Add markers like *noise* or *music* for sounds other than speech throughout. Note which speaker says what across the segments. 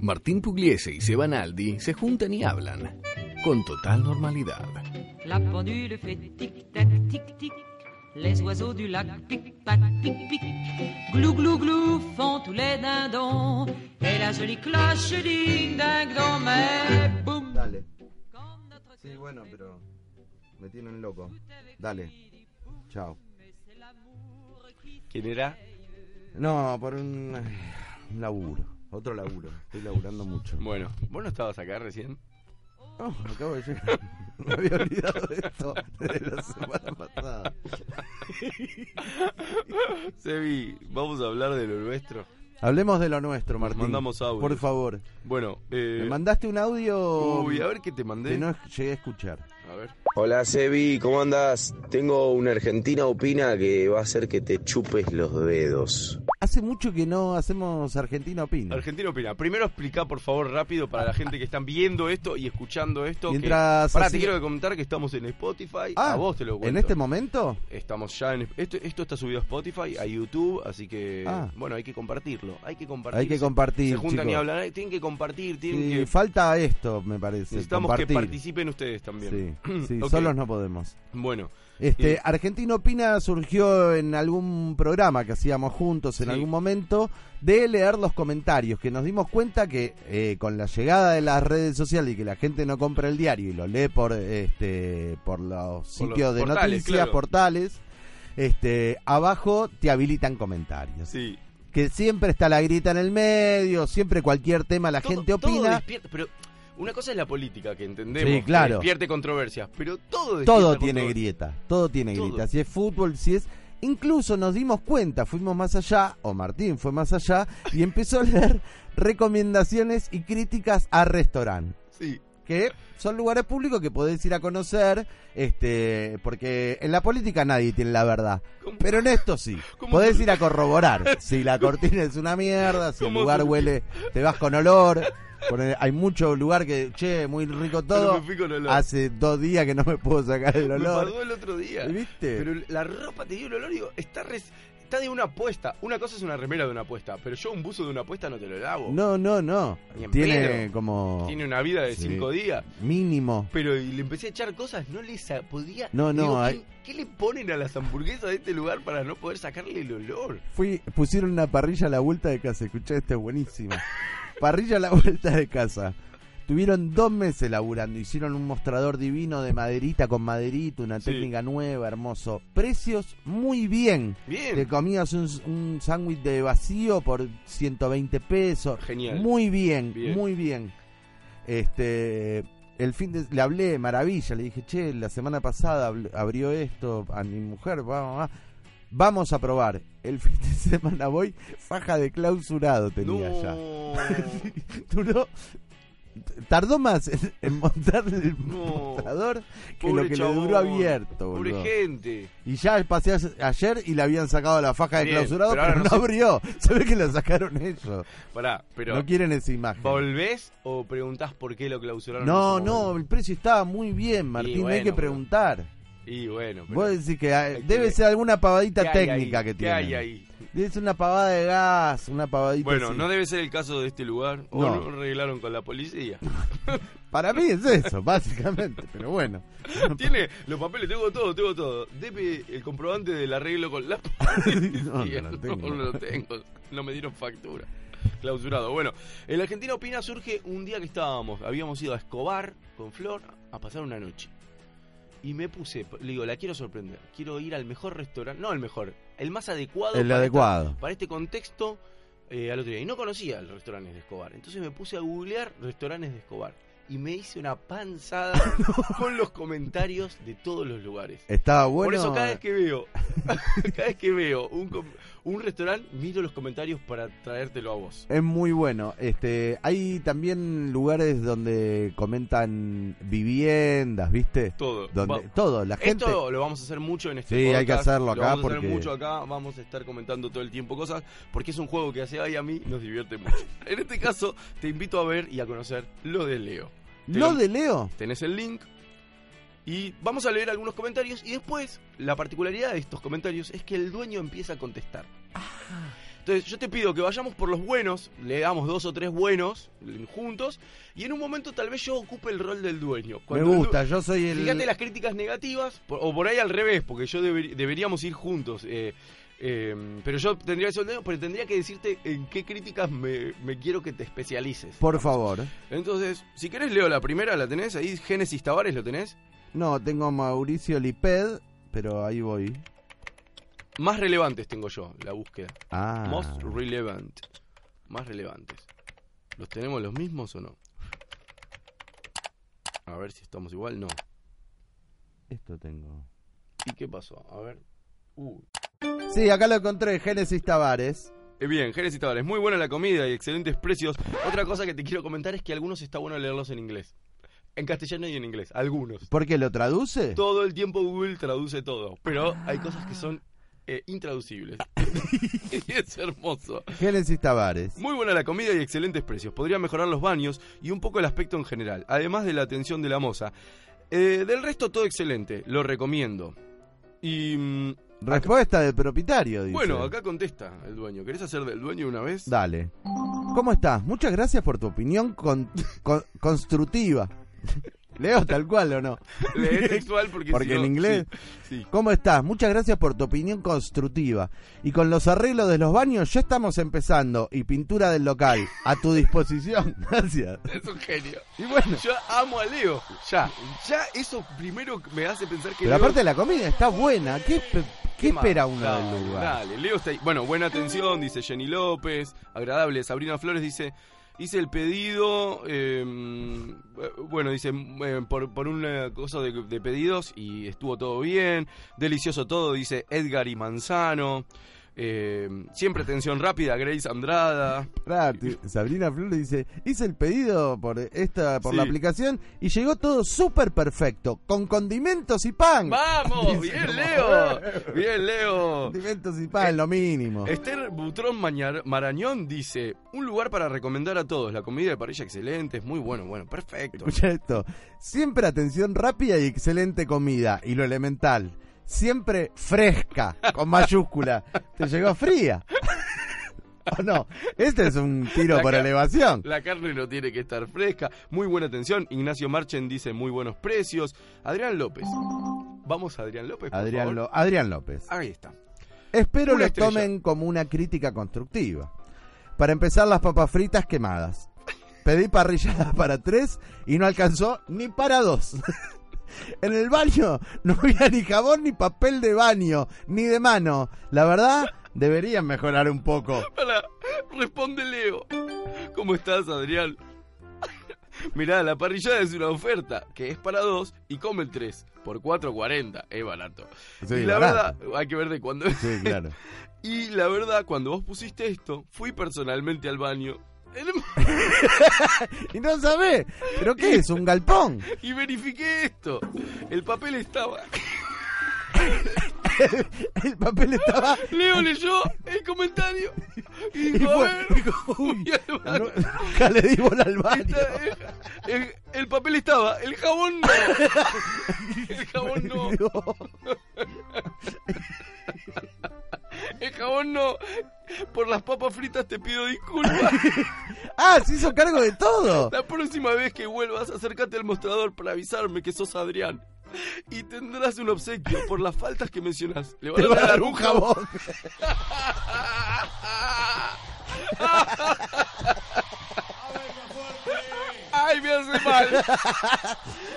Speaker 1: Martín Pugliese y Sebanaldi se juntan y hablan con total normalidad.
Speaker 2: La pendule fait tic-tac, tic-tic. Les oiseaux du lac pic-pac, pic-pic. Glou, glou, glou, font tous les dindons. Et la jolie cloche ding, ding, dong, mais boum.
Speaker 3: Dale. Sí, bueno, pero me tienen loco. Dale. Chao.
Speaker 4: ¿Quién era?
Speaker 3: No, por un, un laburo. Otro laburo. Estoy laburando mucho.
Speaker 4: Bueno, ¿vos no estabas acá recién?
Speaker 3: No, acabo de llegar. *laughs* Me había olvidado de esto desde la semana pasada.
Speaker 4: Sebi, vamos a hablar de lo nuestro.
Speaker 3: Hablemos de lo nuestro, Martín.
Speaker 4: mandamos audios.
Speaker 3: Por favor.
Speaker 4: Bueno, eh...
Speaker 3: Me mandaste un audio
Speaker 4: Uy, a ver ¿eh? qué te mandé.
Speaker 3: que no llegué a escuchar.
Speaker 4: A ver.
Speaker 5: Hola Sebi, ¿cómo andas? Tengo una argentina opina que va a hacer que te chupes los dedos.
Speaker 3: Hace mucho que no hacemos Argentina Opina.
Speaker 4: Argentina opina. Primero explica, por favor, rápido para la gente que están viendo esto y escuchando esto. que-
Speaker 3: Mientras
Speaker 4: Pará,
Speaker 3: así-
Speaker 4: te quiero comentar que estamos en Spotify.
Speaker 3: Ah,
Speaker 4: a vos te lo cuento.
Speaker 3: ¿En este momento?
Speaker 4: Estamos ya en... Esto, esto está subido a Spotify, a YouTube, así que...
Speaker 3: Ah.
Speaker 4: Bueno, hay que compartirlo. Hay que compartir.
Speaker 3: Hay que
Speaker 4: Se
Speaker 3: compartir,
Speaker 4: juntan y
Speaker 3: chicos.
Speaker 4: hablan. eh, Tienen que compartir, tienen
Speaker 3: Y
Speaker 4: que...
Speaker 3: falta esto, me parece.
Speaker 4: Necesitamos que
Speaker 3: compartir.
Speaker 4: participen ustedes también.
Speaker 3: Sí, sí
Speaker 4: *clears throat* Ok.
Speaker 3: solos no podemos.
Speaker 4: Bueno,
Speaker 3: Este,
Speaker 4: Sí.
Speaker 3: Argentina Opina surgió en algún programa que hacíamos juntos en
Speaker 4: Sí.
Speaker 3: algún momento de leer los comentarios, que nos dimos cuenta que eh, con la llegada de las redes sociales y que la gente no compra el diario y lo lee por este por los
Speaker 4: Por los
Speaker 3: sitios de
Speaker 4: portales,
Speaker 3: noticias,
Speaker 4: claro.
Speaker 3: portales, este abajo te habilitan comentarios.
Speaker 4: sí.
Speaker 3: Que siempre está la grita en el medio, siempre cualquier tema la
Speaker 4: Todo-
Speaker 3: gente
Speaker 4: todo
Speaker 3: opina.
Speaker 4: despierta- pero una cosa es la política que entendemos.
Speaker 3: Sí, claro.
Speaker 4: que Despierte controversias, pero todo despierta
Speaker 3: Todo tiene
Speaker 4: contro-
Speaker 3: grieta, todo tiene
Speaker 4: Todo.
Speaker 3: grieta. Si es fútbol, si es... Incluso nos dimos cuenta, fuimos más allá, o Martín fue más allá, y empezó a leer *laughs* recomendaciones y críticas a restaurante.
Speaker 4: Sí.
Speaker 3: Que son lugares públicos que podés ir a conocer, este, porque en la política nadie tiene la verdad.
Speaker 4: ¿Cómo?
Speaker 3: Pero en esto sí,
Speaker 4: ¿Cómo?
Speaker 3: podés ir a corroborar si la cortina es una mierda, si el
Speaker 4: ¿Cómo?
Speaker 3: lugar huele, te vas con olor. Ponele, Hay mucho lugar que, che, muy rico todo.
Speaker 4: Pero me fui con olor.
Speaker 3: Hace dos días que no me puedo sacar el
Speaker 4: *laughs* Me
Speaker 3: olor.
Speaker 4: pasó el otro día.
Speaker 3: ¿Viste?
Speaker 4: Pero la ropa te dio el olor, digo, está res- Está de una apuesta. Una cosa es una remera de una apuesta, pero yo un buzo de una apuesta no te lo lavo.
Speaker 3: No, no, no.
Speaker 4: Ni en
Speaker 3: Tiene
Speaker 4: pedo.
Speaker 3: como
Speaker 4: Tiene una vida de
Speaker 3: Sí.
Speaker 4: cinco días.
Speaker 3: mínimo.
Speaker 4: Pero y le empecé a echar cosas, no le sa- podía.
Speaker 3: No, no,
Speaker 4: Digo, ¿qué-
Speaker 3: hay-
Speaker 4: ¿qué, le ponen a las hamburguesas de este lugar para no poder sacarle el olor?
Speaker 3: Fui, pusieron una parrilla a la vuelta de casa. Escuché, esto es buenísimo. parrilla a la *laughs* vuelta de casa. Tuvieron dos meses laburando. Hicieron un mostrador divino de maderita con maderita, una
Speaker 4: Sí.
Speaker 3: técnica nueva, hermoso. Precios muy bien.
Speaker 4: Bien.
Speaker 3: Te comías un, un sándwich de vacío por 120 pesos.
Speaker 4: Genial.
Speaker 3: Muy bien,
Speaker 4: Bien.
Speaker 3: muy bien. Este, el fin de, le hablé maravilla, le dije, che, la semana pasada abl- abrió esto a mi mujer, vamos, va- vamos a probar. El *laughs* fin de semana voy, faja de clausurado tenía
Speaker 4: no.
Speaker 3: ya. *laughs* Duró, tardó más en, en montar el
Speaker 4: No.
Speaker 3: mostrador que
Speaker 4: Pobre
Speaker 3: lo que le
Speaker 4: chabón.
Speaker 3: duró abierto,
Speaker 4: Pobre
Speaker 3: boludo.
Speaker 4: gente.
Speaker 3: Y ya pasé a- ayer y le habían sacado la faja de
Speaker 4: Bien,
Speaker 3: clausurado,
Speaker 4: pero
Speaker 3: pero,
Speaker 4: ahora
Speaker 3: no,
Speaker 4: no sé-
Speaker 3: abrió. *laughs* Se ve que la sacaron ellos.
Speaker 4: Pará, pero.
Speaker 3: no quieren esa imagen.
Speaker 4: ¿Volvés o preguntás por qué lo clausuraron?
Speaker 3: No,
Speaker 4: en ese
Speaker 3: no,
Speaker 4: momento?
Speaker 3: el precio estaba muy bien, Martín, no hay
Speaker 4: bueno,
Speaker 3: que
Speaker 4: boludo.
Speaker 3: preguntar.
Speaker 4: Y bueno. pero-
Speaker 3: Vos decís que ah,
Speaker 4: Hay que
Speaker 3: debe
Speaker 4: ver.
Speaker 3: ser alguna
Speaker 4: ¿qué
Speaker 3: pavadita
Speaker 4: hay
Speaker 3: técnica
Speaker 4: ahí?
Speaker 3: que
Speaker 4: ¿Qué
Speaker 3: tiene. *laughs*
Speaker 4: hay ahí?
Speaker 3: Es una pavada de gas, una pavadita
Speaker 4: Bueno,
Speaker 3: así.
Speaker 4: no debe ser el caso de este lugar. O
Speaker 3: No.
Speaker 4: no arreglaron con la policía.
Speaker 3: Para mí es eso, *laughs* básicamente, pero bueno. *laughs*
Speaker 4: *laughs* Tiene los papeles, tengo todo, tengo todo. Deme el comprobante del arreglo con la *laughs*
Speaker 3: No, no
Speaker 4: policía.
Speaker 3: lo
Speaker 4: *laughs* no,
Speaker 3: tengo.
Speaker 4: no lo tengo. No me dieron factura. Clausurado. Bueno, el Argentina Opina surge un día que estábamos, habíamos ido a Escobar con Flor a pasar una noche. Y me puse, le digo, la quiero sorprender. Quiero ir al mejor restaurante, no al mejor, el más adecuado.
Speaker 3: El
Speaker 4: para esta-
Speaker 3: adecuado.
Speaker 4: para este contexto eh, al otro día. Y no conocía el restaurante de Escobar. Entonces me puse a googlear restaurantes de Escobar. Y me hice
Speaker 3: *laughs*
Speaker 4: una panzada con los comentarios de todos los lugares.
Speaker 3: Estaba Eh, bueno.
Speaker 4: *laughs* Por eso cada vez que veo, cada vez que veo un, com- un restaurante, miro los comentarios para traértelo a vos.
Speaker 3: Es muy bueno. Este, hay también lugares donde comentan viviendas, ¿viste?
Speaker 4: Todo.
Speaker 3: Donde
Speaker 4: Va-
Speaker 3: todo, la gente
Speaker 4: Esto lo vamos a hacer mucho en este
Speaker 3: Sí, hay que
Speaker 4: podcast,
Speaker 3: hacerlo
Speaker 4: lo
Speaker 3: acá
Speaker 4: vamos a hacer
Speaker 3: porque-
Speaker 4: mucho acá, vamos a estar comentando todo el tiempo cosas, porque es un juego que hace ahí a mí nos divierte
Speaker 3: *laughs*
Speaker 4: mucho. en este caso, te invito a ver y a conocer lo de Leo. Te
Speaker 3: lo
Speaker 4: lo-
Speaker 3: de Leo.
Speaker 4: Tenés el link. Y vamos a leer algunos comentarios y después la particularidad de estos comentarios es que el dueño empieza a contestar. Entonces yo te pido que vayamos por los buenos, le damos dos o tres buenos juntos y en un momento tal vez yo ocupe el rol del dueño. Cuando el
Speaker 3: Me
Speaker 4: du-
Speaker 3: gusta, yo soy el
Speaker 4: Fíjate las críticas negativas, por- o por ahí al revés, porque yo deber- deberíamos ir juntos. eh, eh, pero yo tendría que ser el dueño, pero tendría que decirte en qué críticas me, me quiero que te especialices.
Speaker 3: Por favor.
Speaker 4: Entonces, si querés leo la primera, la tenés ahí, Génesis Tavares, ¿lo tenés?
Speaker 3: No, tengo a Mauricio Liped, pero ahí voy.
Speaker 4: Más relevantes tengo yo, la búsqueda.
Speaker 3: Ah.
Speaker 4: Most relevant. Más relevantes. ¿Los tenemos los mismos o no? A ver si estamos igual, no.
Speaker 3: Esto tengo.
Speaker 4: ¿Y qué pasó? A ver. Uh,
Speaker 3: Sí, acá lo encontré, Génesis Tavares.
Speaker 4: Eh, Bien, Génesis Tavares, muy buena la comida y excelentes precios. Otra cosa que te quiero comentar es que algunos está bueno leerlos en inglés. En castellano y en inglés, algunos.
Speaker 3: ¿Por qué lo traduce?
Speaker 4: Todo el tiempo Google traduce todo, pero hay cosas que son eh,
Speaker 3: *laughs*
Speaker 4: intraducibles. *laughs* y es hermoso.
Speaker 3: Génesis Tavares.
Speaker 4: Muy buena la comida y excelentes precios. Podría mejorar los baños y un poco el aspecto en general, además de la atención de la moza. Eh, del resto todo excelente, lo recomiendo. Y mm,
Speaker 3: Respuesta del propietario, dice.
Speaker 4: bueno, acá contesta el dueño. ¿Querés hacer del dueño una vez? *laughs*
Speaker 3: Dale. ¿Cómo estás? Muchas gracias por tu opinión con- con- constructiva. *laughs* Leo tal cual o no.
Speaker 4: Leé textual porque
Speaker 3: *laughs* Porque
Speaker 4: si no-
Speaker 3: en inglés-
Speaker 4: Sí, sí.
Speaker 3: ¿Cómo estás? Muchas gracias por tu opinión constructiva. Y con los arreglos de los baños ya estamos empezando. Y pintura del local. A tu disposición. *laughs* Gracias.
Speaker 4: Es un genio.
Speaker 3: Y bueno.
Speaker 4: Yo amo a Leo. Ya, ya eso primero me hace pensar que.
Speaker 3: Pero
Speaker 4: Leo-
Speaker 3: aparte la comida está buena. ¿Qué, espe- qué
Speaker 4: más?
Speaker 3: espera uno
Speaker 4: Dale,
Speaker 3: del lugar?
Speaker 4: Dale, Leo está ahí. Bueno, buena atención, dice Jenny López. Agradable. Sabrina Flores dice. Hice el pedido, eh, bueno, dice, eh, por, por una cosa de, de pedidos y estuvo todo bien, delicioso todo, dice Edgar y Manzano, eh, siempre atención rápida, Grace Andrada,
Speaker 3: Pará, te- Sabrina Flores dice, hice el pedido por esta por
Speaker 4: Sí.
Speaker 3: la aplicación y llegó todo súper perfecto, con condimentos y pan.
Speaker 4: ¡Vamos!
Speaker 3: Dice,
Speaker 4: ¡Bien,
Speaker 3: como,
Speaker 4: Leo! ¡Bien, Leo!
Speaker 3: Condimentos y pan, lo mínimo.
Speaker 4: Esther Butrón Mañar- Marañón dice: Un lugar para recomendar a todos. La comida de parrilla excelente, es muy bueno, bueno, perfecto.
Speaker 3: Escucha esto. Siempre atención rápida y excelente comida. Y lo elemental, siempre fresca, con
Speaker 4: *laughs*
Speaker 3: mayúscula. Te llegó fría. *laughs* ¿O no? Este es un tiro
Speaker 4: La
Speaker 3: por
Speaker 4: ca-
Speaker 3: elevación.
Speaker 4: La carne no tiene que estar fresca. Muy buena atención. Ignacio Marchen dice: Muy buenos precios. Adrián López. Vamos a Adrián López. por
Speaker 3: Adrián,
Speaker 4: favor.
Speaker 3: Lo- Adrián López.
Speaker 4: Ahí está.
Speaker 3: Espero
Speaker 4: Una
Speaker 3: lo
Speaker 4: estrella.
Speaker 3: tomen como una crítica constructiva. Para empezar, las papas fritas quemadas. Pedí parrillada *laughs* para tres y no alcanzó ni para dos. *laughs* En el baño no había ni jabón ni papel de baño, ni de mano. La verdad, deberían mejorar un poco.
Speaker 4: Pará, responde Leo. ¿Cómo estás, Adrián? *laughs* Mirá, la parrillada es una oferta que es para dos y come el tres por 4.40. Es barato.
Speaker 3: Sí,
Speaker 4: y la
Speaker 3: barato.
Speaker 4: verdad, hay que ver de cuándo
Speaker 3: Sí, claro.
Speaker 4: Y la verdad, cuando vos pusiste esto, fui personalmente al baño
Speaker 3: *laughs* Y no sabés, ¿pero qué es? ¿Un galpón?
Speaker 4: y verifiqué esto. El papel estaba.
Speaker 3: El papel estaba...
Speaker 4: Leo leyó el comentario y
Speaker 3: Y
Speaker 4: dijo, a
Speaker 3: fue-
Speaker 4: ver,
Speaker 3: dijo, uy, Ah,
Speaker 4: fui al
Speaker 3: no-
Speaker 4: baño.
Speaker 3: nunca le di bola al baño.
Speaker 4: Está- el, *laughs* el- el papel estaba, el jabón no. El
Speaker 3: *laughs*
Speaker 4: jabón no, el jabón no. Por las papas fritas te pido disculpas.
Speaker 3: *laughs* Ah, se hizo cargo de todo.
Speaker 4: La próxima vez que vuelvas, acércate al mostrador para avisarme que sos Adrián. Y tendrás un obsequio por las faltas que mencionas. Le
Speaker 3: Te va a dar un jabón.
Speaker 4: ¡Ay, me hace mal!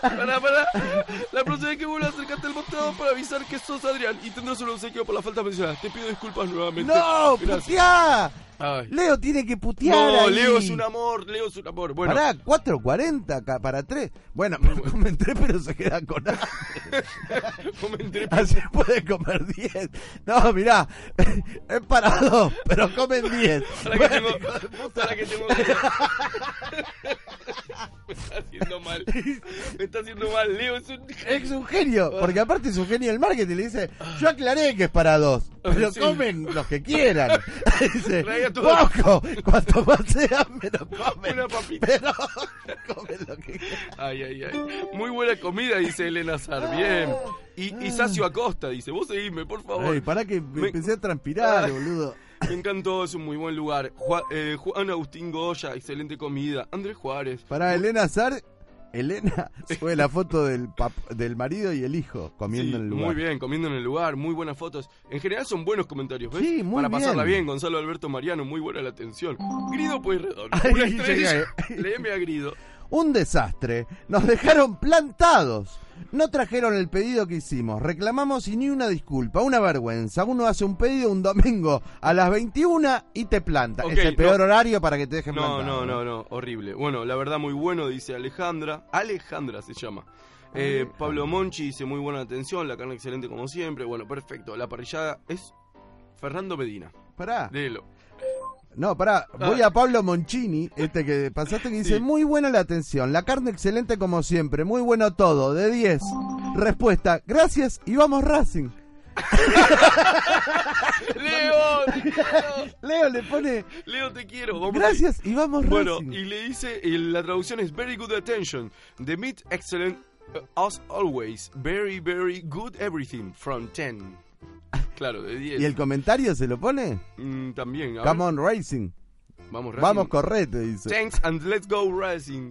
Speaker 4: Pará, pará. La próxima vez que vuelvas, acércate al mostrador para avisar que sos Adrián. Y tendrás un obsequio por las faltas mencionadas. Te pido disculpas nuevamente.
Speaker 3: ¡No!
Speaker 4: Gracias.
Speaker 3: ¡Puteá!
Speaker 4: Ay.
Speaker 3: Leo tiene que putear.
Speaker 4: No,
Speaker 3: ahí.
Speaker 4: Leo es un amor, Leo es un amor. Bueno, *laughs*
Speaker 3: Pará, 4.40 ca- para 3. Bueno, comenté, pero se queda
Speaker 4: *laughs*
Speaker 3: con hambre.
Speaker 4: comenté-
Speaker 3: Así puede comer 10. No, mirá, *laughs* es para dos, pero comen 10.
Speaker 4: Para que tengo. Para que tengo. *laughs* Me está haciendo mal. Me está haciendo mal. Leo es un.
Speaker 3: Es un genio, porque aparte es un genio del marketing. Le dice, yo aclaré que es para dos, pero
Speaker 4: Sí.
Speaker 3: comen los que
Speaker 4: *laughs*
Speaker 3: quieran. dice,
Speaker 4: Traiga todo.
Speaker 3: poco, cuanto más sean, menos comen.
Speaker 4: *laughs* Una papita.
Speaker 3: Pero *laughs* comen lo que quieran.
Speaker 4: Ay, ay, ay. Muy buena comida, dice Elena Sar. Bien. Y, y Sacio Acosta dice: Vos seguime, por favor.
Speaker 3: Ey, pará que me
Speaker 4: Me-
Speaker 3: empecé a transpirar, boludo.
Speaker 4: Me encantó, es un muy buen lugar. Ju- eh, Juan Agustín Goya, excelente comida. Andrés Juárez.
Speaker 3: Pará, Elena Zar.
Speaker 4: *laughs*
Speaker 3: Elena sube la foto del, pap- del marido y el hijo comiendo
Speaker 4: Sí,
Speaker 3: en el lugar.
Speaker 4: Muy bien, comiendo en el lugar, muy buenas fotos. En general son buenos comentarios, ¿ves?
Speaker 3: Sí, muy
Speaker 4: Para pasarla
Speaker 3: bien.
Speaker 4: bien, Gonzalo Alberto Mariano, muy buena la atención. Grido Pueyrredón,
Speaker 3: Ahí *laughs*
Speaker 4: una estrella.
Speaker 3: llegué.
Speaker 4: *laughs* Léeme a Grido.
Speaker 3: Un desastre. Nos dejaron plantados. No trajeron el pedido que hicimos. Reclamamos y ni una disculpa. Una vergüenza. Uno hace un pedido un domingo a las 21 y te planta.
Speaker 4: Ok,
Speaker 3: es el peor
Speaker 4: no.
Speaker 3: horario para que te dejen
Speaker 4: No,
Speaker 3: plantado.
Speaker 4: no, no, no, horrible. Bueno, la verdad muy bueno, dice Alejandra. Alejandra se llama. Eh, Pablo Monchi dice muy buena atención, la carne excelente como siempre. Bueno, perfecto. La parrillada es Fernando Medina.
Speaker 3: Pará. *laughs*
Speaker 4: Léelo.
Speaker 3: No, pará. Voy
Speaker 4: Ah.
Speaker 3: a Pablo Monchini, este que pasaste, que dice:
Speaker 4: Sí.
Speaker 3: Muy buena la atención. La carne excelente como siempre. Muy bueno todo. De 10. Respuesta: Gracias y vamos Racing.
Speaker 4: ¡Leo! te quiero!
Speaker 3: Leo le pone:
Speaker 4: ¡Leo, te quiero! Vamos a-
Speaker 3: Gracias y vamos
Speaker 4: Bueno,
Speaker 3: Racing.
Speaker 4: y le dice, y la traducción es Very Good Attention. The meat excellent uh, as always. Very, very good everything from 10. Claro, de 10.
Speaker 3: ¿Y el comentario se lo pone?
Speaker 4: Mm, también. a ver,
Speaker 3: Come on Racing.
Speaker 4: Vamos, Racing.
Speaker 3: Vamos, correte, dice.
Speaker 4: Thanks and let's go Racing.